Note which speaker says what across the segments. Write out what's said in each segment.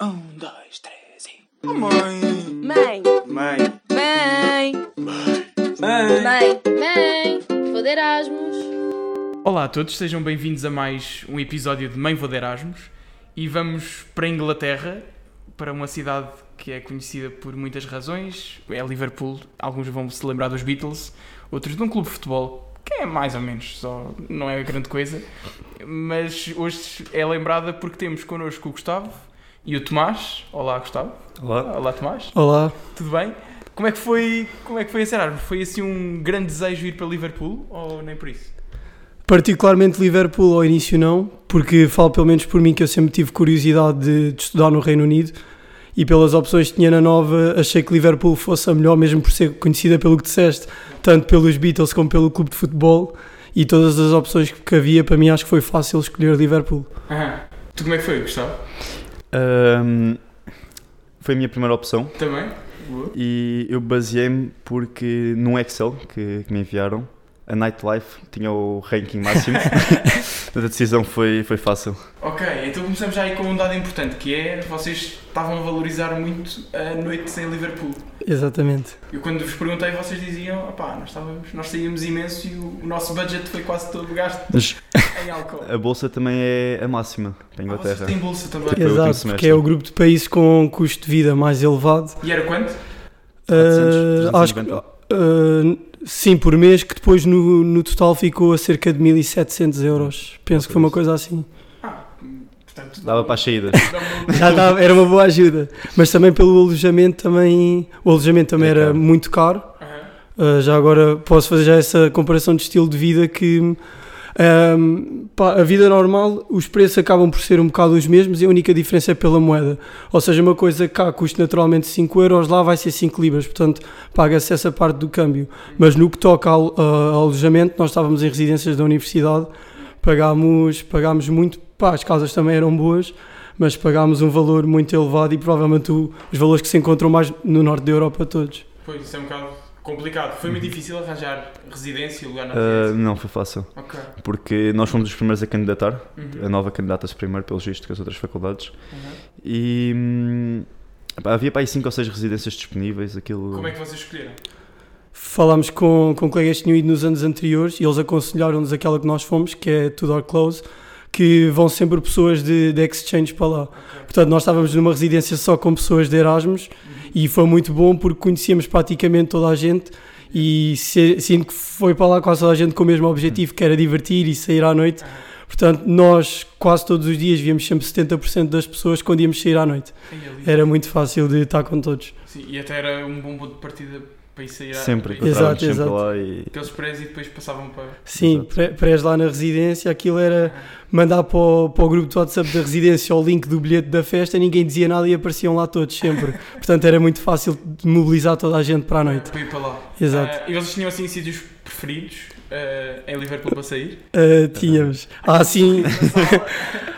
Speaker 1: Um, dois, três e. Oh, mãe!
Speaker 2: Mãe,
Speaker 1: Mãe!
Speaker 2: mãe,
Speaker 1: Mãe!
Speaker 2: mãe, mãe, vou de Erasmus.
Speaker 3: Olá a todos, sejam bem-vindos a mais um episódio de Mãe Vou de Erasmus e vamos para a Inglaterra, para uma cidade que é conhecida por muitas razões, é Liverpool, alguns vão se lembrar dos Beatles, outros de um clube de futebol, que é mais ou menos, só não é grande coisa, mas hoje é lembrada porque temos connosco o Gustavo e o Tomás. Olá Gustavo,
Speaker 4: Olá.
Speaker 3: olá Tomás,
Speaker 4: Olá.
Speaker 3: tudo bem? Como é que foi, como é que foi esse Erasmus? Foi assim um grande desejo ir para Liverpool ou nem por isso?
Speaker 4: Particularmente Liverpool ao início não, porque falo pelo menos por mim que eu sempre tive curiosidade de, de estudar no Reino Unido e pelas opções que tinha na nova achei que Liverpool fosse a melhor mesmo por ser conhecida pelo que disseste, tanto pelos Beatles como pelo clube de futebol e todas as opções que havia para mim acho que foi fácil escolher Liverpool.
Speaker 3: Aham. Tu como é que foi, Gustavo?
Speaker 5: Ahm, foi a minha primeira opção
Speaker 3: Também? Boa.
Speaker 5: e eu baseei-me porque num Excel que, que me enviaram, a Nightlife tinha o ranking máximo. Portanto, a decisão foi, foi fácil.
Speaker 3: Ok, então começamos já aí com um dado importante que é vocês estavam a valorizar muito a noite em Liverpool.
Speaker 4: Exatamente.
Speaker 3: Eu quando vos perguntei, vocês diziam, opá, nós, estávamos, nós saíamos imenso e o, o nosso budget foi quase todo gasto
Speaker 5: Mas
Speaker 3: em álcool.
Speaker 5: a bolsa também é a máxima para a
Speaker 3: Ah, vocês
Speaker 5: Inglaterra.
Speaker 3: têm bolsa também.
Speaker 5: Tipo- Foi o último
Speaker 4: Exato,
Speaker 5: semestre.
Speaker 4: porque é o grupo de países com um custo de vida mais elevado.
Speaker 3: E era quanto?
Speaker 5: 400,
Speaker 4: Ah, acho que-
Speaker 5: 390.
Speaker 4: Uh, sim, por mês, que depois no, no total ficou a cerca de 1700 euros. Penso que foi uma coisa assim.
Speaker 3: Ah, hum, portanto... um-
Speaker 5: Dava para as saídas.
Speaker 3: dá uma-
Speaker 4: Já dava- era uma boa ajuda. Mas também pelo alojamento, também, o alojamento também
Speaker 5: Era
Speaker 4: era
Speaker 5: caro.
Speaker 4: muito caro.
Speaker 3: Aham.
Speaker 4: Uh, já agora posso fazer já essa comparação de estilo de vida que um, pá, a vida normal, os preços acabam por ser um bocado os mesmos e a única diferença é pela moeda. Ou seja, uma coisa cá custa naturalmente 5 euros, lá vai ser 5 libras, portanto paga-se essa parte do câmbio. Mas no que toca ao, a- ao alojamento, nós estávamos em residências da universidade, pagámos, pagámos muito, pá, as casas também eram boas, mas pagámos um valor muito elevado e provavelmente o- os valores que se encontram mais no norte da Europa todos.
Speaker 3: Pois, isso é um bocado complicado. Foi muito difícil arranjar residência, lugar na
Speaker 5: Uhum. Ah,
Speaker 3: residência.
Speaker 5: não, foi fácil.
Speaker 3: Ok.
Speaker 5: Porque nós fomos os primeiros a candidatar.
Speaker 3: Uhum.
Speaker 5: A nova candidata-se primeiro, pelo registro, que as outras faculdades.
Speaker 3: Uhum.
Speaker 5: E hum, pá, havia para aí 5 ou 6 residências disponíveis. Aquilo...
Speaker 3: Como é que vocês escolheram?
Speaker 4: Falámos com, com colegas que tinham ido nos anos anteriores e eles aconselharam-nos aquela que nós fomos, que é Tudor Close, que vão sempre pessoas de, de exchange para lá. Portanto, nós estávamos numa residência só com pessoas de Erasmus e foi muito bom porque conhecíamos praticamente toda a gente e se- sinto que foi para lá quase toda a gente com o mesmo objetivo, que era divertir e sair à noite. Portanto, nós quase todos os dias víamos sempre 70% das pessoas quando íamos sair à noite.
Speaker 3: Ai, ali.
Speaker 4: Era muito fácil de estar com todos.
Speaker 3: Sim, e até era um bom ponto de partida para isso sair à-
Speaker 5: Sempre
Speaker 3: para isso-
Speaker 4: Exato,
Speaker 5: encontrávamos sempre
Speaker 4: exato.
Speaker 5: lá e
Speaker 3: Aqueles prés e depois passavam para.
Speaker 4: Sim,
Speaker 5: Exato.
Speaker 4: pré- prés lá na residência, aquilo era. mandar para o, para o grupo de WhatsApp da residência o link do bilhete da festa, ninguém dizia nada e apareciam lá todos sempre. Portanto, era muito fácil de mobilizar toda a gente para a noite.
Speaker 3: Para ir para lá.
Speaker 4: Exato.
Speaker 3: Ah, e vocês tinham assim sítios preferidos ah, em Liverpool para sair?
Speaker 4: Ah, tínhamos. Há assim.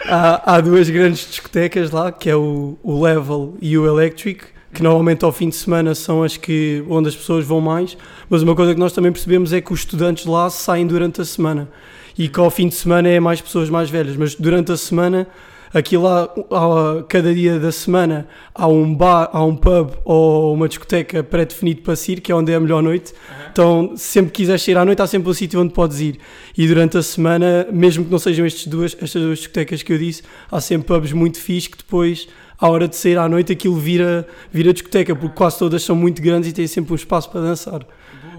Speaker 4: há, há duas grandes discotecas lá, que é o, o Level e o Electric, que normalmente ao fim de semana são as que onde as pessoas vão mais. Mas uma coisa que nós também percebemos é que os estudantes lá saem durante a semana e que ao fim de semana é mais pessoas mais velhas, mas durante a semana aqui lá há- cada dia da semana há um bar, há um pub ou uma discoteca pré-definido para sair, que é onde é a melhor noite. Então, sempre que quiseres sair à noite, há sempre um sítio onde podes ir. E durante a semana, mesmo que não sejam estes duas, estas duas discotecas que eu disse, há sempre pubs muito fixe que depois, à hora de sair à noite, aquilo vira, vira discoteca, porque quase todas são muito grandes e têm sempre um espaço para dançar.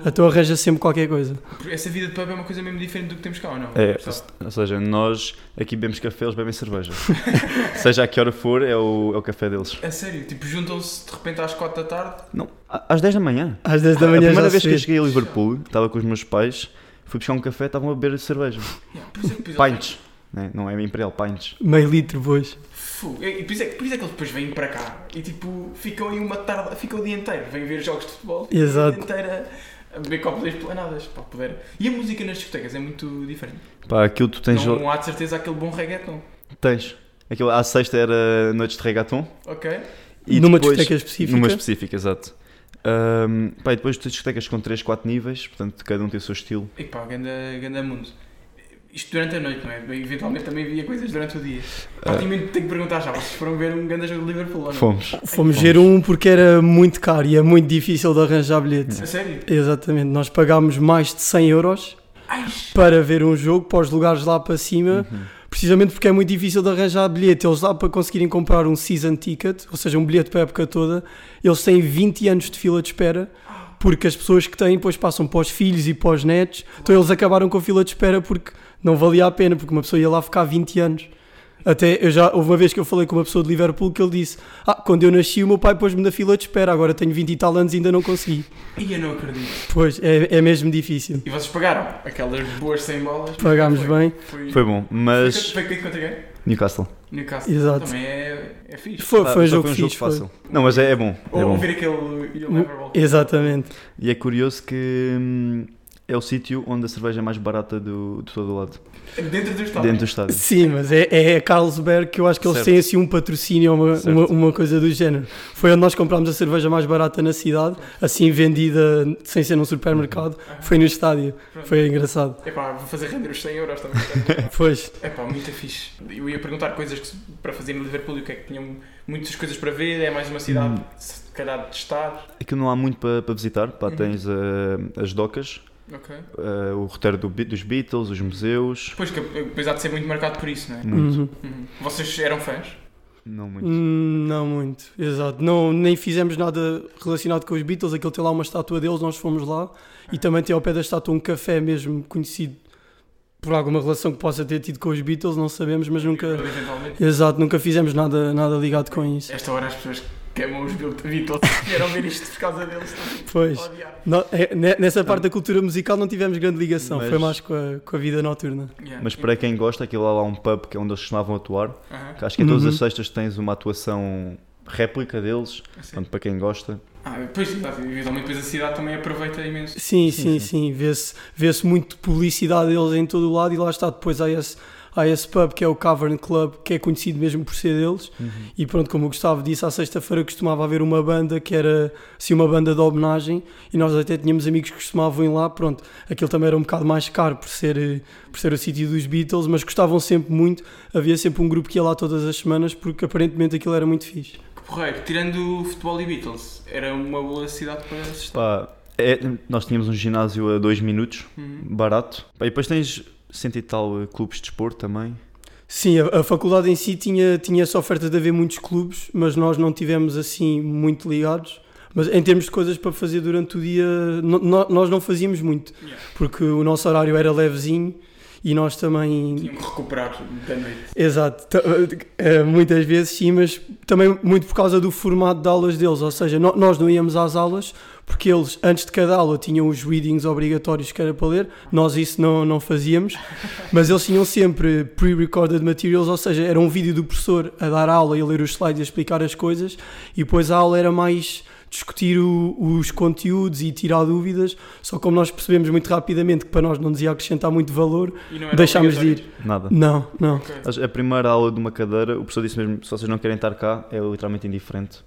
Speaker 4: Então arranja sempre qualquer coisa.
Speaker 3: Porque Essa vida de pub é uma coisa mesmo diferente do que temos cá, ou não?
Speaker 5: É,
Speaker 3: Pessoal?
Speaker 5: ou seja, nós aqui bebemos café, eles bebem cerveja. seja a que hora for, é o, é o café deles.
Speaker 3: A sério, tipo, juntam-se de repente às 4 da tarde.
Speaker 5: Não, a- às 10 da manhã.
Speaker 4: Às 10 da
Speaker 5: a
Speaker 4: manhã já
Speaker 5: primeira
Speaker 4: se
Speaker 5: vez que eu
Speaker 4: vê.
Speaker 5: cheguei a Liverpool, estava com os meus pais, fui buscar um café, estavam a beber cerveja.
Speaker 3: Yeah, por isso é que depois eles-
Speaker 5: Pints. né? Não é Imperial Pints.
Speaker 4: Meio litro, pois.
Speaker 3: Fu, e por isso, é, que- por isso é que eles depois vêm para cá e tipo, ficam aí uma tarde, ficam o dia inteiro, vêm ver jogos de futebol. ficam
Speaker 4: Exato.
Speaker 3: O dia inteiro a, a beber copos das planadas, pá, puder. E a música nas discotecas é muito diferente.
Speaker 5: Pá, aquilo tu tens.
Speaker 3: não, é. há de certeza aquele bom reggaeton.
Speaker 5: tens. Aquilo, à sexta era noites de reggaeton.
Speaker 3: Ok?
Speaker 5: E
Speaker 4: Numa
Speaker 5: depois-
Speaker 4: discoteca específica.
Speaker 5: Numa específica, exato. Ahm, pá, e depois tu tens discotecas com 3, 4 níveis, portanto cada um tem o seu estilo.
Speaker 3: E pá, ganda, ganda mundo. Isto durante a noite, não é? Bem, Eventualmente também via coisas durante o dia. Praticamente tenho que perguntar já, vocês foram ver um grande jogo de Liverpool ou não?
Speaker 5: É. Fomos.
Speaker 4: Fomos ver um porque era muito caro e é muito difícil de arranjar bilhete.
Speaker 3: A sério?
Speaker 4: Exatamente, nós pagámos mais de 100 euros
Speaker 3: Ai,
Speaker 4: para ver um jogo, para os lugares lá para cima, precisamente porque é muito difícil de arranjar bilhete. Eles lá para conseguirem comprar um season ticket, ou seja, um bilhete para a época toda, eles têm 20 anos de fila de espera, porque as pessoas que têm depois passam para os filhos e para os netos, então eles acabaram com a fila de espera porque não valia a pena, porque uma pessoa ia lá ficar 20 anos. Até eu já houve uma vez que eu falei com uma pessoa de Liverpool que ele disse: Ah, quando eu nasci, o meu pai pôs-me na fila de espera, agora tenho 20 e tal anos e ainda não consegui.
Speaker 3: Ai, eu não acredito.
Speaker 4: Pois, é, é mesmo difícil.
Speaker 3: E vocês pagaram aquelas boas 100 bolas?
Speaker 4: Pagámos
Speaker 3: Foi-
Speaker 4: bem.
Speaker 3: Foi.
Speaker 5: Foi bom, mas
Speaker 3: Foi que contra quem?
Speaker 5: Newcastle.
Speaker 3: Newcastle.
Speaker 4: Exato.
Speaker 3: Também é, é fixe.
Speaker 4: Foi,
Speaker 5: Ah,
Speaker 4: foi um
Speaker 5: só
Speaker 4: jogo fixe. foi.
Speaker 5: Não, mas é, é bom. É
Speaker 3: Ou
Speaker 5: bom.
Speaker 3: ouvir aquele You'll Never Walk.
Speaker 4: Exatamente.
Speaker 5: E é curioso que hum, é o sítio onde a cerveja é mais barata do, de todo o lado,
Speaker 3: Dentro do estádio.
Speaker 5: É. dentro do estádio.
Speaker 4: Sim, mas é, é a Carlsberg que eu acho que eles
Speaker 5: Certo.
Speaker 4: têm assim um patrocínio ou uma,
Speaker 5: Certo.
Speaker 4: uma, uma coisa do género. Foi onde nós comprámos a cerveja mais barata na cidade, assim vendida sem ser num supermercado. Foi no estádio.
Speaker 3: Pronto.
Speaker 4: Foi engraçado.
Speaker 3: Epá, vou fazer render os 100 euros também.
Speaker 4: Pois,
Speaker 3: Epá, muito fixe. Eu ia perguntar coisas que se- para fazer no Liverpool e o que é que tinham muitas coisas para ver. É mais uma cidade,
Speaker 5: Hum.
Speaker 3: se calhar, de estar.
Speaker 5: Aqui não há muito para para visitar, pá,
Speaker 4: Uhum.
Speaker 5: tens ah, as docas,
Speaker 3: Ok.
Speaker 5: ah, o roteiro do Be- dos Beatles, os museus.
Speaker 3: Pois, que, pois há de ser muito marcado por isso, não é?
Speaker 5: Muito.
Speaker 4: Uhum.
Speaker 3: Uhum. Vocês eram fãs?
Speaker 5: Não muito.
Speaker 4: Hum, não muito, exato. Não, nem fizemos nada relacionado com os Beatles. Aquilo tem lá uma estátua deles, nós fomos lá. E também tem ao pé da estátua um café mesmo conhecido por alguma relação que possa ter tido com os Beatles, não sabemos, mas nunca.
Speaker 3: Eventualmente.
Speaker 4: Exato, nunca fizemos nada, nada ligado com isso.
Speaker 3: Esta hora as pessoas queimam os Beatles vieram ver isto por causa deles.
Speaker 4: Pois.
Speaker 3: Odiar.
Speaker 4: No- é, ne- nessa parte da cultura musical não tivemos grande ligação,
Speaker 5: Mas-
Speaker 4: foi mais com a, com a vida noturna.
Speaker 3: Yeah.
Speaker 5: Mas para quem gosta, aquilo lá há um pub que é onde eles costumavam atuar.
Speaker 3: Aham.
Speaker 5: que Acho que em todas
Speaker 4: Uhum.
Speaker 5: as sextas tens uma atuação réplica
Speaker 3: Sim.
Speaker 5: deles, portanto, para quem gosta.
Speaker 3: Ah, pois, exato. eventualmente depois a cidade também aproveita imenso.
Speaker 4: Sim, sim,
Speaker 5: sim.
Speaker 4: sim, vê-se vê-se muito publicidade deles em todo o lado e lá está depois há esse, há esse pub que é o Cavern Club, que é conhecido mesmo por ser deles. E pronto, como o Gustavo disse, à sexta-feira costumava haver uma banda que era assim uma banda de homenagem e nós até tínhamos amigos que costumavam ir lá, pronto. Aquilo também era um bocado mais caro por ser, eh, por ser o sítio dos Beatles, mas gostavam sempre muito. Havia sempre um grupo que ia lá todas as semanas porque aparentemente aquilo era muito fixe.
Speaker 3: Que porreiro. Tirando o futebol e Beatles, era uma boa cidade para assistir.
Speaker 5: Pá, é- nós tínhamos um ginásio a 2 minutos,
Speaker 3: Uhum.
Speaker 5: barato. Pá, e depois tens cento e tal eh, clubes de desporto também.
Speaker 4: Sim, a, a faculdade em si tinha, tinha essa oferta de haver muitos clubes, mas nós não tivemos assim muito ligados. Mas em termos de coisas para fazer durante o dia, no- no- nós não fazíamos muito,
Speaker 3: Yeah.
Speaker 4: porque o nosso horário era levezinho e nós também.
Speaker 3: Tinham que recuperar da noite.
Speaker 4: Exato, t- eh, muitas vezes sim, mas também muito por causa do formato de aulas deles, ou seja, no- nós não íamos às aulas porque eles, antes de cada aula, tinham os readings obrigatórios que era para ler, nós isso não, não fazíamos, mas eles tinham sempre pre-recorded materials, ou seja, era um vídeo do professor a dar aula e a ler os slides e a explicar as coisas, e depois a aula era mais discutir o- os conteúdos e tirar dúvidas, só como nós percebemos muito rapidamente que para nós não nos ia acrescentar muito valor,
Speaker 3: E não era
Speaker 4: Deixámos de ir.
Speaker 3: obrigatório.
Speaker 5: Nada.
Speaker 4: não, não.
Speaker 3: Ok.
Speaker 5: Mas A primeira aula de uma cadeira, o professor disse mesmo: se vocês não querem estar cá, é literalmente indiferente.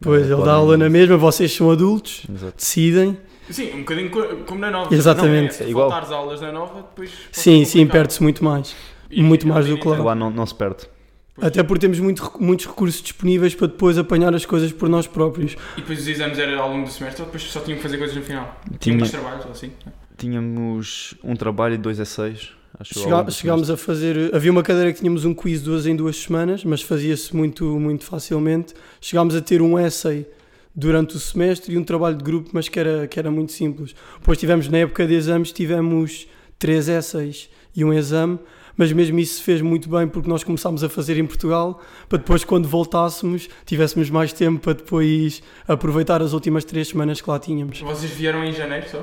Speaker 4: Pois,
Speaker 5: Eh,
Speaker 4: ele
Speaker 5: podem-
Speaker 4: dá aula na mesma, vocês são adultos,
Speaker 5: Exato.
Speaker 4: decidem.
Speaker 3: Sim, um bocadinho co- como na nova.
Speaker 4: Exatamente.
Speaker 3: Se
Speaker 5: É igual.
Speaker 3: faltares aulas na nova, depois. pode
Speaker 4: Sim,
Speaker 3: ser
Speaker 4: sim,
Speaker 3: é complicado.
Speaker 4: perde-se muito mais.
Speaker 3: E-
Speaker 4: muito
Speaker 3: e
Speaker 4: mais do
Speaker 3: também
Speaker 4: que lá.
Speaker 3: tem-
Speaker 5: Lá não, não se perde.
Speaker 3: Pois.
Speaker 4: Até porque temos muito recu- muitos recursos disponíveis para depois apanhar as coisas por nós próprios.
Speaker 3: E depois os exames eram ao longo do semestre, ou depois só tinham que fazer coisas no final. Tinham
Speaker 5: Tinha-
Speaker 3: muitos trabalhos, ou assim.
Speaker 5: Tínhamos um trabalho e dois essays. Acho eu, ao
Speaker 4: Chega-
Speaker 5: longo do
Speaker 4: chegámos a fazer. eh, Havia uma cadeira que tínhamos um quiz duas em duas semanas, mas fazia-se muito, muito facilmente. Chegámos a ter um essay durante o semestre e um trabalho de grupo, mas que era, que era muito simples. Depois tivemos, na época de exames, tivemos três essays e um exame, mas mesmo isso fez muito bem porque nós começámos a fazer em Portugal, para depois, quando voltássemos, tivéssemos mais tempo para depois aproveitar as últimas três semanas que lá tínhamos.
Speaker 3: Vocês vieram em janeiro só?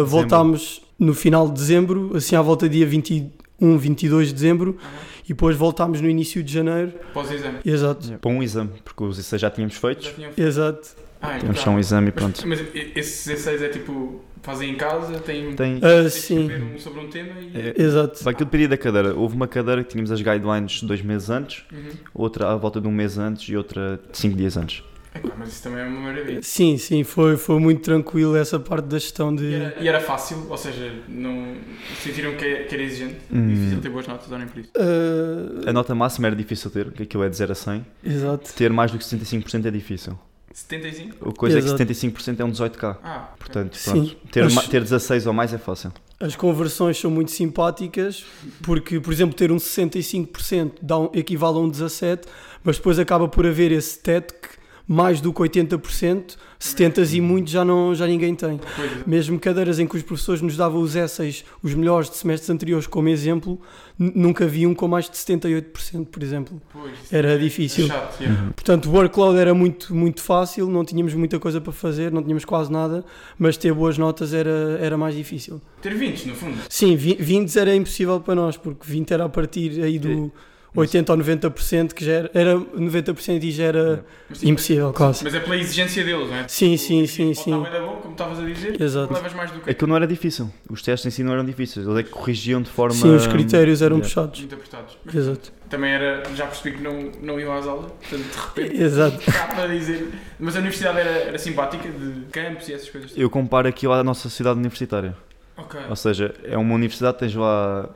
Speaker 4: Uh, voltámos no final de dezembro, assim à volta dia 21, 22 de dezembro, e depois voltámos no início de janeiro.
Speaker 3: Após o exame?
Speaker 4: Exato,
Speaker 5: semestre. Para um exame, porque os essays já tínhamos
Speaker 3: Já
Speaker 5: feitos.
Speaker 3: tinham.
Speaker 4: exato.
Speaker 3: Ah, é
Speaker 5: Tínhamos
Speaker 3: verdade.
Speaker 5: só um exame e
Speaker 3: Mas-
Speaker 5: pronto.
Speaker 3: Mas, e- esses essays é tipo. fazem em casa, têm. têm
Speaker 5: Tem,
Speaker 4: Uh,
Speaker 3: que
Speaker 4: sim,
Speaker 3: escrever um sobre um tema e.
Speaker 5: é,
Speaker 4: exato.
Speaker 5: Só aquilo período da cadeira. Houve uma cadeira que tínhamos as guidelines dois meses antes,
Speaker 3: Uhum.
Speaker 5: outra à volta de um mês antes e outra de cinco dias antes.
Speaker 3: Epá, mas isso também é uma maravilha.
Speaker 4: Sim, sim, foi, foi muito tranquilo essa parte da gestão
Speaker 3: E
Speaker 4: de.
Speaker 3: era, e era fácil, ou seja, não sentiram que, é- que era exigente,
Speaker 5: Hum.
Speaker 3: difícil ter boas notas, olhem por isso.
Speaker 4: Ah,
Speaker 5: A nota máxima era difícil ter, que aquilo é de 0 a 100.
Speaker 4: Exato.
Speaker 5: Ter mais do que 75% é difícil.
Speaker 3: 75?
Speaker 5: A coisa
Speaker 4: Exato.
Speaker 5: é que 75% é um 18k.
Speaker 3: Ah, ok.
Speaker 5: Portanto,
Speaker 4: Sim,
Speaker 5: pronto. Ter,
Speaker 4: mas-
Speaker 5: ma- ter 16 ou mais é fácil.
Speaker 4: As conversões são muito simpáticas, porque, por exemplo, ter um 65% dá um, equivale a um 17%, mas depois acaba por haver esse teto que mais do que 80%, 70%
Speaker 3: Uhum.
Speaker 4: e muito já, não, já ninguém tem.
Speaker 3: Pois é.
Speaker 4: Mesmo cadeiras em que os professores nos davam os essays, os melhores de semestres anteriores, como exemplo, n- nunca vi um com mais de 78%, por exemplo.
Speaker 3: Pois, isso
Speaker 4: Era
Speaker 3: é-
Speaker 4: difícil.
Speaker 3: É chato,
Speaker 5: Uhum.
Speaker 3: yeah.
Speaker 4: Portanto, o workload era muito, muito fácil, não tínhamos muita coisa para fazer, não tínhamos quase nada, mas ter boas notas era, era mais difícil.
Speaker 3: Ter 20, no fundo.
Speaker 4: Sim, vi- 20 era impossível para nós, porque 20 era a partir aí do 80 ou 90%, que já era, era 90% e já era
Speaker 3: Mas, tipo,
Speaker 4: impossível, quase.
Speaker 3: Mas é pela exigência deles, não é?
Speaker 4: Sim,
Speaker 3: Tipo,
Speaker 4: sim, sim,
Speaker 3: pode
Speaker 4: sim.
Speaker 3: estar bué da bom, como estavas a dizer,
Speaker 4: Exato.
Speaker 3: levas mais do que
Speaker 5: Aquilo É não era difícil. Os testes em si não eram difíceis. Eles é que corrigiam de forma.
Speaker 4: Sim, os critérios eram
Speaker 5: Yeah.
Speaker 4: puxados.
Speaker 3: muito apertados. Mas
Speaker 4: Exato.
Speaker 3: Também era, já percebi que não, não iam às aulas, portanto, de repente,
Speaker 4: Exato.
Speaker 3: cá para dizer. Mas a universidade era, era simpática, de campos e essas coisas.
Speaker 5: Eu comparo aquilo à nossa cidade universitária.
Speaker 3: Ok.
Speaker 5: Ou seja, é uma universidade, tens lá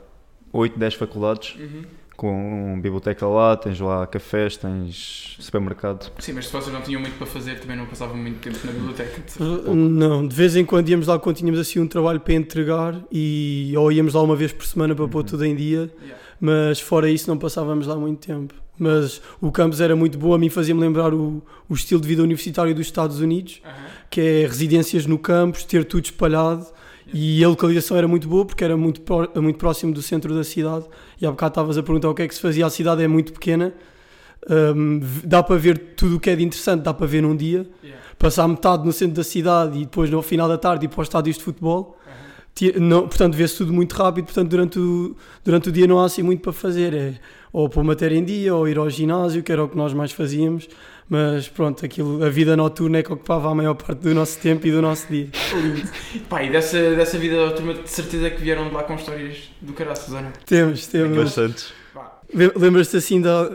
Speaker 5: 8, 10 faculdades,
Speaker 3: Uhum.
Speaker 5: com biblioteca lá, tens lá cafés, tens supermercado.
Speaker 3: Sim, mas se vocês não tinham muito para fazer, também não passavam muito tempo na biblioteca. de certeza.
Speaker 4: Não, de vez em quando íamos lá quando tínhamos assim um trabalho para entregar e ou íamos lá uma vez por semana para pôr
Speaker 5: Uhum.
Speaker 4: tudo em dia,
Speaker 3: Yeah.
Speaker 4: mas fora isso não passávamos lá muito tempo. Mas o campus era muito bom, a mim fazia-me lembrar o, o estilo de vida universitário dos Estados Unidos,
Speaker 3: Aham.
Speaker 4: que é residências no campus, ter tudo espalhado e a localização era muito boa porque era muito, pró- muito próximo do centro da cidade e há bocado estavas a perguntar o que é que se fazia, a cidade é muito pequena, hum, dá para ver tudo o que é de interessante, dá para ver num dia
Speaker 3: Yeah.
Speaker 4: passar metade no centro da cidade e depois no final da tarde ir para os estádios de futebol.
Speaker 3: Aham.
Speaker 4: Ti- não- portanto, vê-se tudo muito rápido, portanto, durante o, durante o dia não há assim muito para fazer. É ou pôr matéria em dia, ou ir ao ginásio, que era o que nós mais fazíamos. Mas pronto, aquilo, a vida noturna é que ocupava a maior parte do nosso tempo e do nosso dia.
Speaker 3: Pá, e dessa, dessa vida da turma, de certeza que vieram de lá com histórias do caraças, olha.
Speaker 4: Temos, temos.
Speaker 5: Bastantes.
Speaker 3: Pá,
Speaker 4: Lem- Lembras-te assim da.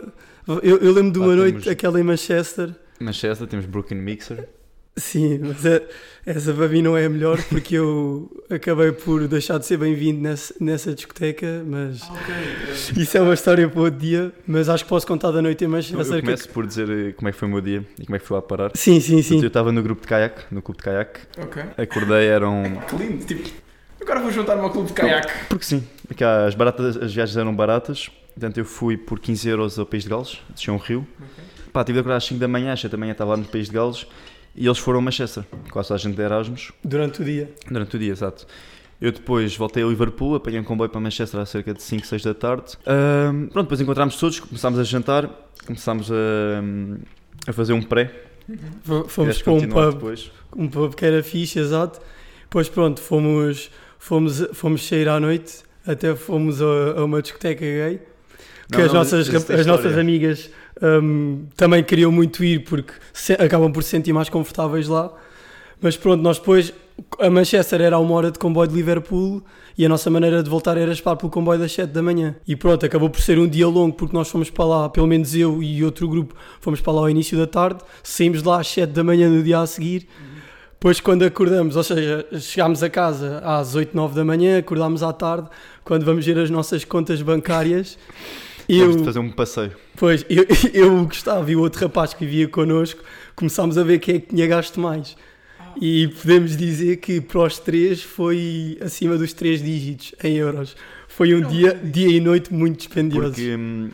Speaker 4: Eu, eu lembro de uma
Speaker 5: Ah,
Speaker 4: noite,
Speaker 5: temos.
Speaker 4: aquela em Manchester.
Speaker 5: Manchester, temos Brooklyn Mixer.
Speaker 4: Sim, mas é- essa para mim não é a melhor porque eu acabei por deixar de ser bem-vindo nessa, nessa discoteca, mas
Speaker 3: ah, ok. Eh,
Speaker 4: isso é uma história para outro dia, mas acho que posso contar da noite em
Speaker 5: Eu,
Speaker 4: Manchester.
Speaker 5: eu
Speaker 4: é que-
Speaker 5: começo por dizer eh, como é que foi o meu dia e como é que fui lá parar.
Speaker 4: Sim, sim,
Speaker 5: Portanto, Tipo, Eu
Speaker 4: sim.
Speaker 5: estava no grupo de caiaque, no clube de caiaque.
Speaker 3: Ok.
Speaker 5: Acordei, eram.
Speaker 3: Pá, que lindo, tipo, agora vou juntar-me ao clube de caiaque.
Speaker 5: Porque sim, porque há- as, baratas, as viagens eram baratas. Portanto, eu fui por 15 euros ao País de Gales, desci um rio. Pá, tive de acordar às 5 da manhã, às 7 da manhã estava lá no País de Gales. E eles foram a Manchester, quase toda a gente de Erasmus,
Speaker 4: Durante o dia.
Speaker 5: durante o dia, exato. Eu depois voltei a Liverpool, apanhei um comboio para Manchester há cerca de 5, 6 da tarde. Ahm, pronto, depois encontramos todos, começámos a jantar, começámos a, a fazer um pré.
Speaker 4: F- Fomos
Speaker 5: Fomos
Speaker 4: para um
Speaker 5: continuar
Speaker 4: pub,
Speaker 5: depois.
Speaker 4: um pub que era fixe, exato. Depois pronto, fomos, fomos, fomos sair à noite, até fomos a, a uma discoteca gay. que
Speaker 5: Não,
Speaker 4: as,
Speaker 5: não,
Speaker 4: nossas,
Speaker 5: esse tem
Speaker 4: as nossas
Speaker 5: história.
Speaker 4: amigas hum, também queriam muito ir porque se- acabam por se sentir mais confortáveis lá. Mas pronto, nós depois. A Manchester era a uma hora de comboio de Liverpool e a nossa maneira de voltar era esperar pelo comboio das 7 da manhã. E pronto, acabou por ser um dia longo porque nós fomos para lá, pelo menos eu e outro grupo, fomos para lá ao início da tarde, saímos de lá às 7 da manhã no dia a seguir. Depois, quando acordamos, ou seja, chegámos a casa às 8, 9 da manhã, acordámos à tarde, quando vamos ver as nossas contas bancárias.
Speaker 5: Tivemos de
Speaker 4: eu-
Speaker 5: fazer um passeio.
Speaker 4: Pois, eu, eu, o Gustavo e o outro rapaz que vivia connosco começámos a ver quem é que tinha gasto mais. E podemos dizer que para os três foi acima dos três dígitos em euros. Foi um dia, dia e noite muito dispendioso.
Speaker 5: Porque hum,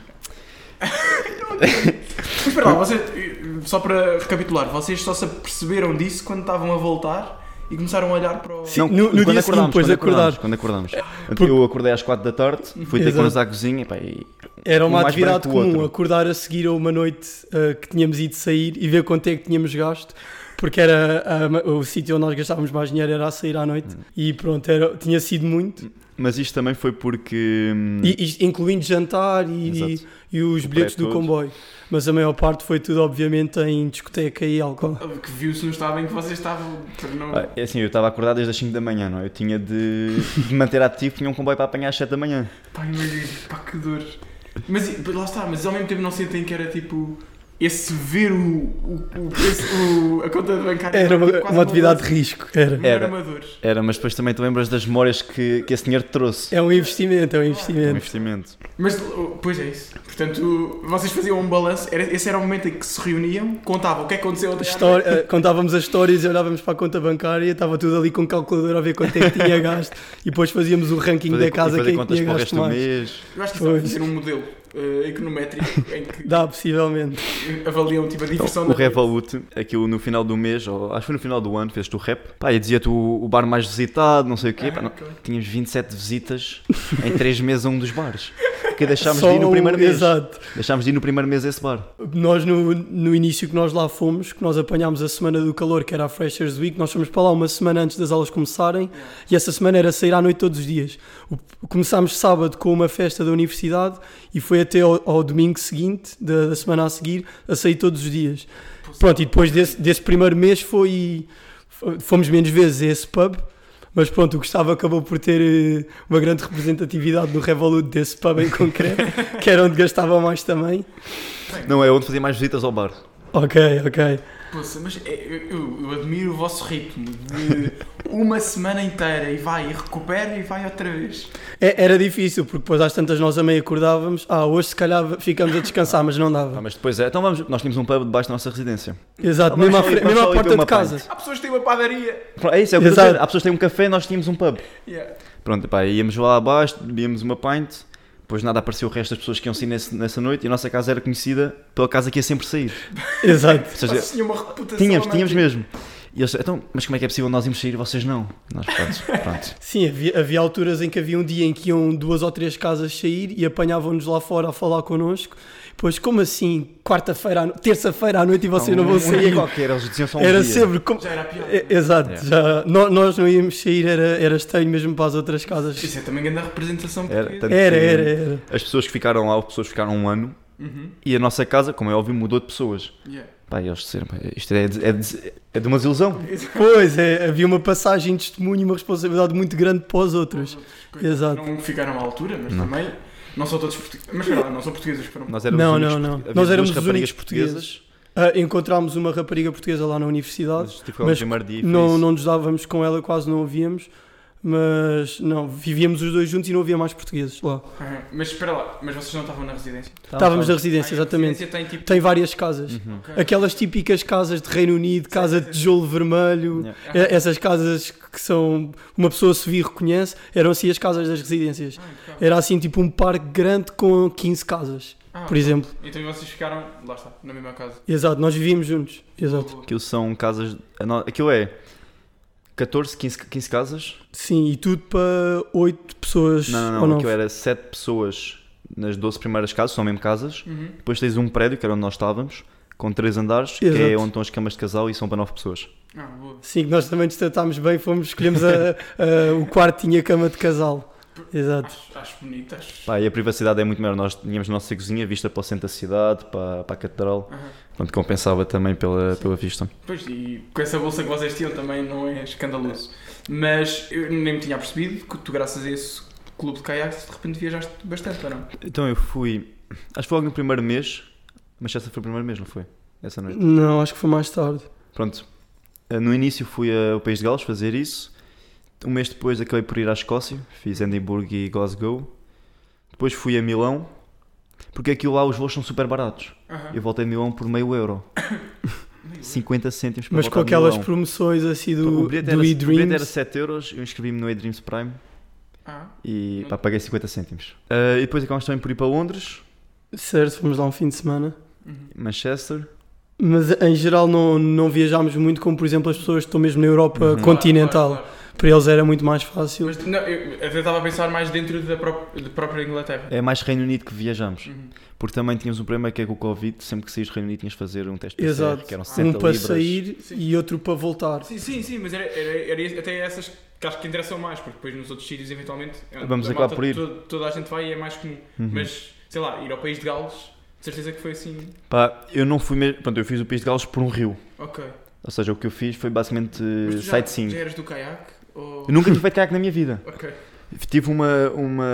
Speaker 3: Mas espera lá, vocês, eh, só para recapitular, vocês só se aperceberam disso quando estavam a voltar e começaram a olhar para o...
Speaker 5: Não,
Speaker 4: no- no
Speaker 5: quando
Speaker 4: dia seguinte,
Speaker 5: acordámos,
Speaker 4: depois
Speaker 5: quando
Speaker 4: de acordar.
Speaker 5: acordámos, Quando acordámos.
Speaker 4: Porque-
Speaker 5: Eu acordei às 4 da tarde, fui ter
Speaker 4: Exato.
Speaker 5: com eles à cozinha pá, e
Speaker 4: Era uma
Speaker 5: um mais
Speaker 4: atividade
Speaker 5: branco que o
Speaker 4: comum,
Speaker 5: outro.
Speaker 4: acordar a seguir a uma noite ah, que tínhamos ido sair e ver quanto é que tínhamos gasto, porque era ah, o sítio onde nós gastávamos mais dinheiro era a sair à noite.
Speaker 5: Hum.
Speaker 4: E pronto, era, tinha sido muito.
Speaker 5: Mas isto também foi porque. hum,
Speaker 4: E, e incluindo jantar e,
Speaker 5: exato.
Speaker 4: e os
Speaker 5: O
Speaker 4: bilhetes do
Speaker 5: pré-todo.
Speaker 4: comboio. Mas a maior parte foi tudo, obviamente, em discoteca e álcool.
Speaker 3: Que viu-se no estado em que vocês estavam, para não...
Speaker 5: Ah, é assim, eu estava acordado desde as 5 da manhã, não é? Eu tinha de, de manter ativo, tinha um comboio para apanhar às 7 da manhã.
Speaker 3: é Pá, imagino, pá, que dor. Mas e- lá está, mas ao mesmo tempo não sentem que era tipo. esse ver o, o- o- esse- o- a conta bancária
Speaker 4: Era uma,
Speaker 3: quase
Speaker 4: uma atividade de
Speaker 3: doença,
Speaker 4: risco. Era.
Speaker 3: não era
Speaker 5: Era.
Speaker 3: amadores.
Speaker 5: Era, mas depois também te lembras das memórias que, que esse dinheiro te trouxe.
Speaker 4: É um investimento, é um
Speaker 5: Um
Speaker 4: investimento.
Speaker 5: investimento.
Speaker 3: Mas, oh, pois é isso. Portanto, vocês faziam um balanço. Era, esse era o momento em que se reuniam, contavam o que é que aconteceu ontem à
Speaker 4: História- eh, contávamos as histórias e olhávamos para a conta bancária, estava tudo ali com o calculador a ver quanto é que tinha gasto e depois fazíamos o ranking
Speaker 5: Fazer-
Speaker 4: da casa
Speaker 5: fazer
Speaker 4: quem é que
Speaker 5: contas
Speaker 4: tinha
Speaker 5: para o
Speaker 4: gasto
Speaker 5: resto do
Speaker 4: mais.
Speaker 5: mês.
Speaker 3: noite. Eu acho que isso vai
Speaker 4: Pois.
Speaker 3: ser um modelo eh, econométrico em que
Speaker 4: Dá, Então, possivelmente.
Speaker 3: avaliam tipo, a diversão
Speaker 5: O
Speaker 3: da rede.
Speaker 5: Revolut, aquilo no final do mês, ou acho que foi no final do ano, fez-te o rap. Pá, e dizia-te o, o bar mais visitado, não sei o quê.
Speaker 3: Ah,
Speaker 5: Pá, não- Tínhamos 27 visitas em 3 meses a um dos bares. Que deixámos de ir no
Speaker 4: o-
Speaker 5: primeiro mês.
Speaker 4: um, Exato.
Speaker 5: Deixámos de ir no primeiro mês a esse bar.
Speaker 4: Nós, no, no início que nós lá fomos, que nós apanhámos a semana do calor, que era a Freshers Week, nós fomos para lá uma semana antes das aulas começarem e essa semana era sair à noite todos os dias. O- começámos sábado com uma festa da universidade e foi até ao, ao domingo seguinte, da, da semana a seguir, a sair todos os dias. Pronto, e depois desse, desse primeiro mês foi. Fomos menos vezes a esse pub, mas pronto, o Gustavo acabou por ter eh, uma grande representatividade no Revolut desse pub em concreto, que era onde gastava mais também.
Speaker 5: Não, é onde fazia mais visitas ao bar.
Speaker 4: Ok, ok.
Speaker 3: Poxa, mas é, eu, eu- eu admiro o vosso ritmo de uma semana inteira e vai, e recupera e vai outra vez.
Speaker 4: É- era difícil, porque depois às tantas nós a meio acordávamos. Ah, hoje se calhar ficamos a descansar, mas não
Speaker 5: Ah,
Speaker 4: dava.
Speaker 5: mas depois é. Então vamos, nós tínhamos um pub debaixo da nossa residência.
Speaker 4: Exato,
Speaker 5: Ah, mas
Speaker 4: mesmo à,
Speaker 5: só-
Speaker 4: fre-
Speaker 5: mas
Speaker 4: mesmo
Speaker 5: só
Speaker 4: à
Speaker 5: ali
Speaker 4: porta
Speaker 5: tem
Speaker 4: de
Speaker 5: uma
Speaker 4: casa.
Speaker 3: Há pessoas que têm uma padaria.
Speaker 5: Pronto, É isso, é o que eu estou a
Speaker 4: Exato.
Speaker 5: dizer. Há pessoas que têm um café, nós tínhamos um pub.
Speaker 3: Yeah.
Speaker 5: Pronto, pá, íamos lá abaixo, bebíamos uma pint, depois nada apareceu o resto das pessoas que iam sair nesse- nessa noite e a nossa casa era conhecida pela casa que ia sempre sair.
Speaker 4: Exato.
Speaker 5: Ou
Speaker 3: Vocês
Speaker 5: seja,
Speaker 3: tinham uma reputação.
Speaker 5: é, tínhamos,
Speaker 3: não é?
Speaker 5: tínhamos mesmo. E eles, então, mas como é que é possível nós irmos sair e vocês não? Nós, pronto, pronto.
Speaker 4: Sim, havia, havia alturas em que havia um dia em que iam duas ou três casas sair e apanhavam-nos lá fora a falar connosco. Pois, como assim, quarta-feira, à no- terça-feira à noite e vocês não,
Speaker 5: Um-
Speaker 4: vão
Speaker 5: Um dia
Speaker 4: sair?
Speaker 5: qualquer, eles diziam só um
Speaker 4: era
Speaker 5: dia.
Speaker 4: sempre. Como...
Speaker 3: Já era pior.
Speaker 4: É- Exato,
Speaker 5: Yeah.
Speaker 4: já, nó- nós não íamos sair, era, era estranho mesmo para as outras casas.
Speaker 3: Isso é também grande representação
Speaker 5: Era,
Speaker 3: portuguesa.
Speaker 5: tanto
Speaker 4: Era,
Speaker 5: que
Speaker 4: era, era.
Speaker 5: As pessoas que ficaram lá, as pessoas que ficaram um ano
Speaker 3: Uhum.
Speaker 5: e a nossa casa, como é óbvio, mudou de pessoas.
Speaker 3: Yeah.
Speaker 5: Pá, e eles disseram, pá, isto é de, é de- é de uma desilusão.
Speaker 4: Pois, é, havia uma passagem de testemunho e uma responsabilidade muito grande para os outros. Exato.
Speaker 3: Não ficaram à altura, mas
Speaker 5: Não.
Speaker 3: também não são todos portugueses. Mas espera lá, não são portugueses que foram.
Speaker 5: Nós éramos
Speaker 4: Não,
Speaker 5: os únicos
Speaker 4: não, não.
Speaker 5: portu- havia
Speaker 4: Nós
Speaker 5: duas
Speaker 4: éramos os
Speaker 5: raparigas
Speaker 4: únicos
Speaker 5: portuguesas.
Speaker 4: Ah, encontramos uma rapariga portuguesa lá na universidade,
Speaker 5: Mas, tipo, mas,
Speaker 4: Mas
Speaker 5: primeiro dia, e foi
Speaker 4: não,
Speaker 5: isso.
Speaker 4: não nos dávamos com ela, quase não a víamos, mas não, vivíamos os dois juntos e não havia mais portugueses lá.
Speaker 5: Tá,
Speaker 3: Uhum. Mas espera lá, mas vocês não estavam na residência.
Speaker 4: Estávamos na
Speaker 3: Ah,
Speaker 4: residência,
Speaker 3: e a
Speaker 4: exatamente.
Speaker 3: residência tem tipo.
Speaker 4: Tem várias casas.
Speaker 5: Uhum.
Speaker 3: Ok.
Speaker 4: Aquelas típicas casas de Reino Unido, casa de tijolo vermelho,
Speaker 5: Yeah.
Speaker 3: É.
Speaker 4: e- essas casas que são. Uma pessoa se vir reconhece, eram assim as casas das residências.
Speaker 3: Ah, ok.
Speaker 4: Era assim tipo um parque grande com 15 casas,
Speaker 3: Ah,
Speaker 4: é por exemplo.
Speaker 3: Então vocês ficaram, lá está, na mesma casa.
Speaker 4: Exato, nós vivíamos juntos. Exato.
Speaker 5: Aquilo são casas. a no- Aquilo é 14, 15, 15 casas.
Speaker 4: Sim, e tudo para 8 pessoas
Speaker 5: Não, não,
Speaker 4: ou
Speaker 5: não.
Speaker 4: não.
Speaker 5: Aquilo era 7 pessoas nas 12 primeiras casas, são mesmo casas.
Speaker 3: Uhum.
Speaker 5: Depois tens um prédio, que era onde nós estávamos, com 3 andares, que é
Speaker 4: Exato.
Speaker 5: onde estão as camas de casal e são para 9 pessoas.
Speaker 3: Ah, boa.
Speaker 4: Sim, que nós também nos tratámos bem, fomos, escolhemos a- a- o quarto tinha cama de casal. Exato.
Speaker 3: Acho, acho bonito, acho.
Speaker 5: Pá, e a privacidade é muito maior. Nós tínhamos a nossa cozinha vista para o centro da cidade, para, para a catedral.
Speaker 3: Aham.
Speaker 5: Portanto, compensava também pela, pela vista.
Speaker 3: Pois, e com essa bolsa que vocês tinham também não é escandaloso. Mas eu nem me tinha percebido que tu, graças a esse clube de caiaques, de repente viajaste bastante, ou não?
Speaker 5: Então eu fui. Acho que foi logo no primeiro mês. Mas essa foi o primeiro mês, não foi? Essa noite.
Speaker 4: Não, acho que foi mais tarde.
Speaker 5: Pronto. Eh, No início fui eh, ao País de Gales fazer isso. Um mês depois acabei por ir à Escócia. Fiz Edimburgo e Glasgow. Depois fui a Milão. Porque aquilo lá os voos são super baratos.
Speaker 3: Aham.
Speaker 5: Eu voltei a Milão por meio euro. 50 cêntimos para
Speaker 4: Mas com
Speaker 5: voltar a
Speaker 4: aquelas
Speaker 5: Milão.
Speaker 4: promoções assim
Speaker 5: o
Speaker 4: do,
Speaker 5: bilhete
Speaker 4: do
Speaker 5: era, o bilhete era
Speaker 4: e-dreams.
Speaker 5: 7 euros. Eu inscrevi-me no eDreams Prime.
Speaker 3: Ah,
Speaker 5: E pá, paguei 50 cêntimos. Eh, e depois acabamos também por ir para Londres.
Speaker 4: Certo, fomos lá um fim de semana.
Speaker 3: uhum.
Speaker 5: Manchester.
Speaker 4: Mas em geral não, não viajámos muito, como por exemplo as pessoas que estão mesmo na Europa
Speaker 5: Uhum.
Speaker 4: continental.
Speaker 3: Claro, claro,
Speaker 4: Para eles era muito mais
Speaker 3: claro.
Speaker 4: fácil.
Speaker 3: Mas não, eu até estava a pensar mais dentro da pró- da própria Inglaterra.
Speaker 5: É mais Reino Unido que viajamos.
Speaker 3: Uhum.
Speaker 5: Porque também tínhamos um problema que é com o Covid. Sempre que saís do Reino Unido tinhas de fazer um teste
Speaker 4: Exato.
Speaker 5: PCR, que eram 60
Speaker 4: Um para
Speaker 5: libras.
Speaker 4: sair
Speaker 3: Sim.
Speaker 4: e outro para voltar.
Speaker 3: Sim, sim, sim, mas era, era- era esse- até essas que acho que interessam mais, porque depois nos outros sítios, eventualmente, é onde
Speaker 5: Vamos
Speaker 3: a
Speaker 5: acabar
Speaker 3: malta
Speaker 5: por ir.
Speaker 3: Toda, toda a gente vai e é mais comum.
Speaker 5: Uhum.
Speaker 3: Mas, sei lá, ir ao país de Gales, de certeza que foi assim.
Speaker 5: Pá, eu não fui mesmo. Pronto, eu fiz o País de Gales por um rio.
Speaker 3: Ok.
Speaker 5: Ou seja, o que eu fiz foi basicamente
Speaker 3: Mas tu
Speaker 5: eh,
Speaker 3: já,
Speaker 5: sightseeing.
Speaker 3: já eras do caiaque? Ou...
Speaker 5: Eu nunca tinha feito caiaque na minha vida.
Speaker 3: Ok.
Speaker 5: Tive uma, uma,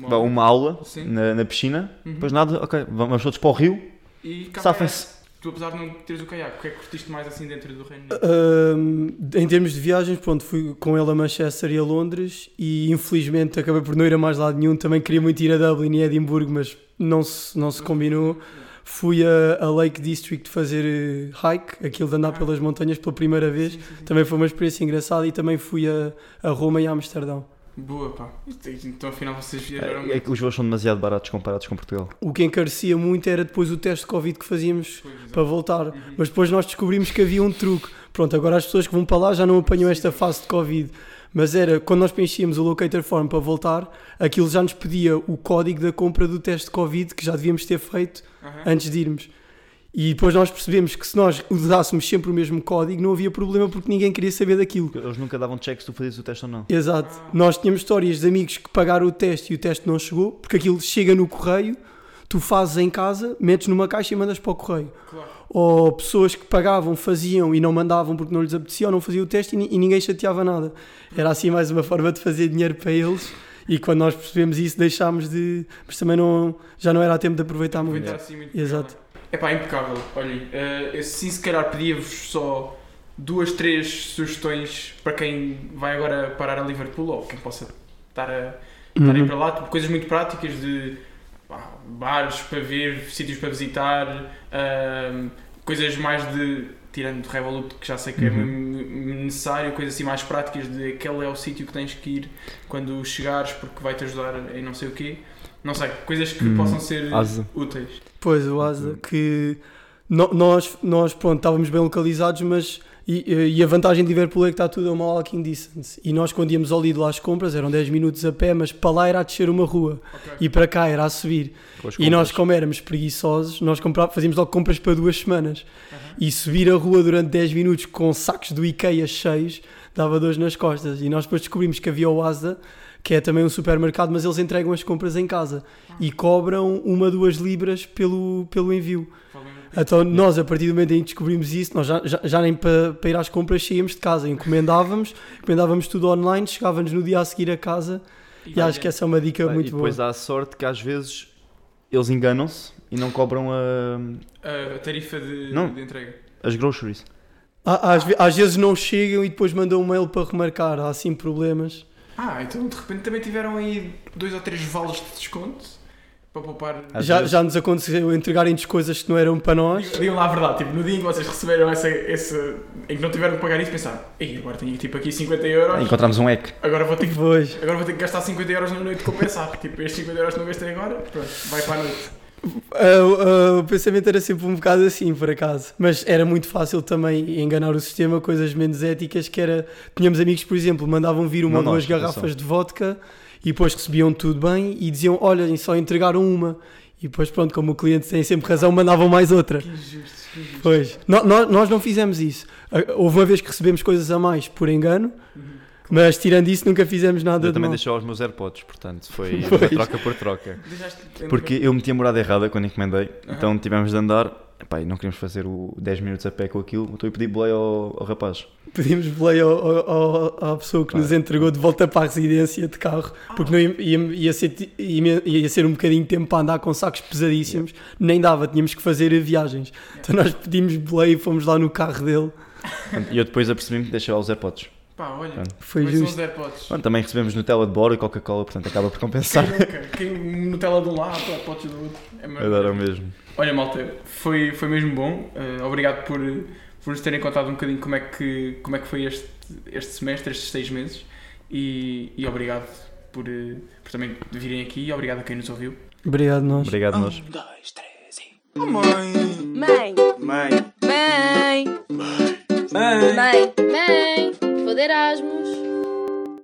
Speaker 3: Uma-
Speaker 5: vá, uma aula
Speaker 3: Sim.
Speaker 5: na, na piscina,
Speaker 3: Uhum.
Speaker 5: depois nada, ok, vamos todos para o rio,
Speaker 3: E cá
Speaker 5: Safem-se.
Speaker 3: Tu, apesar de não teres o caiaque, o que é que curtiste mais assim dentro do Reino Unido?
Speaker 4: Ahm, em termos de viagens, pronto, fui com ele a Manchester e a Londres e infelizmente acabei por não ir a mais lado nenhum. Também queria muito ir a Dublin e a Edimburgo, mas não se, não se combinou. Fui a, a Lake District fazer eh, hike, aquilo de andar pelas montanhas pela primeira vez.
Speaker 3: Ah. Sim, sim, sim.
Speaker 4: Também foi uma experiência engraçada e também fui a, a Roma e a Amsterdão.
Speaker 3: Boa, pá. Então afinal vocês viajaram.
Speaker 5: É, é que os voos são demasiado baratos comparados com Portugal.
Speaker 4: O que encarecia muito era depois o teste de Covid que fazíamos para voltar. Mas depois nós descobrimos que havia um truque. Pronto, agora as pessoas que vão para lá já não apanham esta fase de Covid. Mas era, quando nós preenchíamos o locator form para voltar, aquilo já nos pedia o código da compra do teste de Covid que já devíamos ter feito
Speaker 3: Aham.
Speaker 4: antes de irmos. E depois nós percebemos que se nós usássemos sempre o mesmo código, não havia problema porque ninguém queria saber daquilo.
Speaker 5: Porque Eles nunca davam check se tu fazias o teste ou não.
Speaker 4: Exato. Nós tínhamos histórias de amigos que pagaram o teste e o teste não chegou, porque aquilo chega no correio, tu fazes em casa, metes numa caixa e mandas para o correio.
Speaker 3: Claro.
Speaker 4: Ou pessoas que pagavam, faziam e não mandavam porque não lhes apetecia ou não faziam o teste e, ni- e ninguém chateava nada. Era assim mais uma forma de fazer dinheiro para eles. E quando nós percebemos isso, deixámos de. Mas também não, já não era tempo de aproveitar muito.
Speaker 3: Aproveitar assim muito.
Speaker 4: Exato.
Speaker 3: É pá, impecável. Olhem, eh, eu sim, se calhar pedia-vos só duas, três sugestões para quem vai agora parar a Liverpool ou quem possa estar a, estar a
Speaker 5: Uhum.
Speaker 3: ir para lá. Tipo, Coisas muito práticas de pá, bares para ver, sítios para visitar, ehm, ahm, coisas mais de. Tirando do Revolut, que já sei que é
Speaker 5: Uhum.
Speaker 3: mesmo necessário, coisas assim mais práticas de aquele é o sítio que tens que ir quando chegares porque vai-te ajudar em não sei o quê. Não sei, coisas que
Speaker 5: Hum,
Speaker 3: possam ser
Speaker 5: Asa.
Speaker 3: úteis.
Speaker 4: Pois, o Asa, que no- nós, nós, pronto, estávamos bem localizados, mas. E, e a vantagem de Liverpool é que está tudo a uma walking distance. E nós, quando íamos ao Lidl às compras, eram 10 minutos a pé, mas para lá era a descer uma rua
Speaker 3: Ok.
Speaker 4: e para cá era a subir.
Speaker 5: com as
Speaker 4: E nós,
Speaker 5: compras.
Speaker 4: como éramos preguiçosos, nós comprá- fazíamos logo compras para duas semanas. E subir a rua durante 10 minutos com sacos do IKEA cheios dava dores nas costas. E nós depois descobrimos que havia o Asda, que é também um supermercado, mas eles entregam as compras em casa
Speaker 5: Ah.
Speaker 4: e cobram uma, duas libras pelo, pelo envio. Então nós, a partir do momento em que descobrimos isso, nós já, já, já nem para, para ir às compras saíamos de casa, encomendávamos, encomendávamos tudo online, chegávamos no dia a seguir a casa e, acho que essa é uma dica
Speaker 5: Ah,
Speaker 4: muito
Speaker 5: e
Speaker 4: boa.
Speaker 5: depois há a sorte que às vezes eles enganam-se e não cobram a-
Speaker 3: A tarifa de,
Speaker 5: Não.
Speaker 3: de entrega.
Speaker 5: as groceries.
Speaker 4: Há- Às, ve- às vezes não chegam e depois mandam um mail para remarcar, há assim problemas.
Speaker 3: Ah, então de repente também tiveram aí dois ou três vales de desconto para poupar.
Speaker 5: Às
Speaker 4: Já,
Speaker 5: vezes-
Speaker 4: já nos aconteceu entregarem-nos coisas que não eram para nós.
Speaker 3: Digam lá a verdade, tipo, no dia em que vocês receberam essa, essa em que não tiveram que pagar isso, pensaram, ei, agora tenho tipo aqui 50 euros,
Speaker 5: Encontramos um hack.
Speaker 3: agora vou ter que.
Speaker 4: Pois.
Speaker 3: Agora vou ter que gastar 50 euros na noite de compensar. tipo, estes 50 euros que não gastei agora, pronto, vai para a noite.
Speaker 4: Ah, ah, o pensamento era sempre um bocado assim, por acaso. Mas era muito fácil também enganar o sistema, coisas menos éticas, que era. Tínhamos amigos, por exemplo, mandavam vir uma ou
Speaker 5: Não
Speaker 4: duas
Speaker 5: nós,
Speaker 4: garrafas
Speaker 5: atenção.
Speaker 4: de vodka e depois recebiam tudo bem e diziam: olhem, só entregaram uma. E depois, pronto, como o cliente tem sempre razão, mandavam mais outra.
Speaker 3: Que injusto, que injusto.
Speaker 4: Pois. No- no- nós não fizemos isso. Ah, Houve uma vez que recebemos coisas a mais por engano, mas tirando isso, nunca fizemos nada
Speaker 5: Uhum. Eu
Speaker 4: de
Speaker 5: também
Speaker 4: mal.
Speaker 5: deixei os meus AirPods, portanto, foi uma
Speaker 4: Pois. É
Speaker 5: troca por troca.
Speaker 3: Deixaste-
Speaker 5: Porque eu meti a morada errada quando encomendei,
Speaker 3: Aham.
Speaker 5: então tivemos de andar. Epá, e não queríamos fazer o 10 minutos a pé com aquilo, então eu pedi boleia ao, ao rapaz.
Speaker 4: Pedimos play ao, ao- ao- à pessoa que
Speaker 5: Claro.
Speaker 4: nos entregou de volta para a residência de carro, porque não ia, ia- ia ser, ti- ia- ia ser um bocadinho de tempo para andar com sacos pesadíssimos, nem dava, tínhamos que fazer viagens. Então nós pedimos play e fomos lá no carro dele.
Speaker 5: E eu depois apercebi-me que deixei lá os AirPods.
Speaker 3: Pá, olha,
Speaker 5: Pronto.
Speaker 4: Foi
Speaker 3: mas são
Speaker 4: justo.
Speaker 3: os AirPods.
Speaker 5: Pronto, também recebemos Nutella de boro e Coca-Cola, portanto acaba por compensar.
Speaker 3: Quem Nutella de um lado, AirPods do outro. É uma-
Speaker 5: Adoram mesmo.
Speaker 3: Olha, malta, foi, foi mesmo bom. Eh, obrigado por, por nos terem contado um bocadinho como é que, como é que foi este, este semestre, estes seis meses. E, e obrigado por, eh, por também virem aqui e obrigado a quem nos ouviu.
Speaker 4: Obrigado, nós.
Speaker 5: Obrigado, nós.
Speaker 1: Um, dois, três e. Oh, mãe!
Speaker 2: Mãe,
Speaker 1: Mãe!
Speaker 2: mãe,
Speaker 1: Mãe!
Speaker 2: mãe, mãe, vou de Erasmus.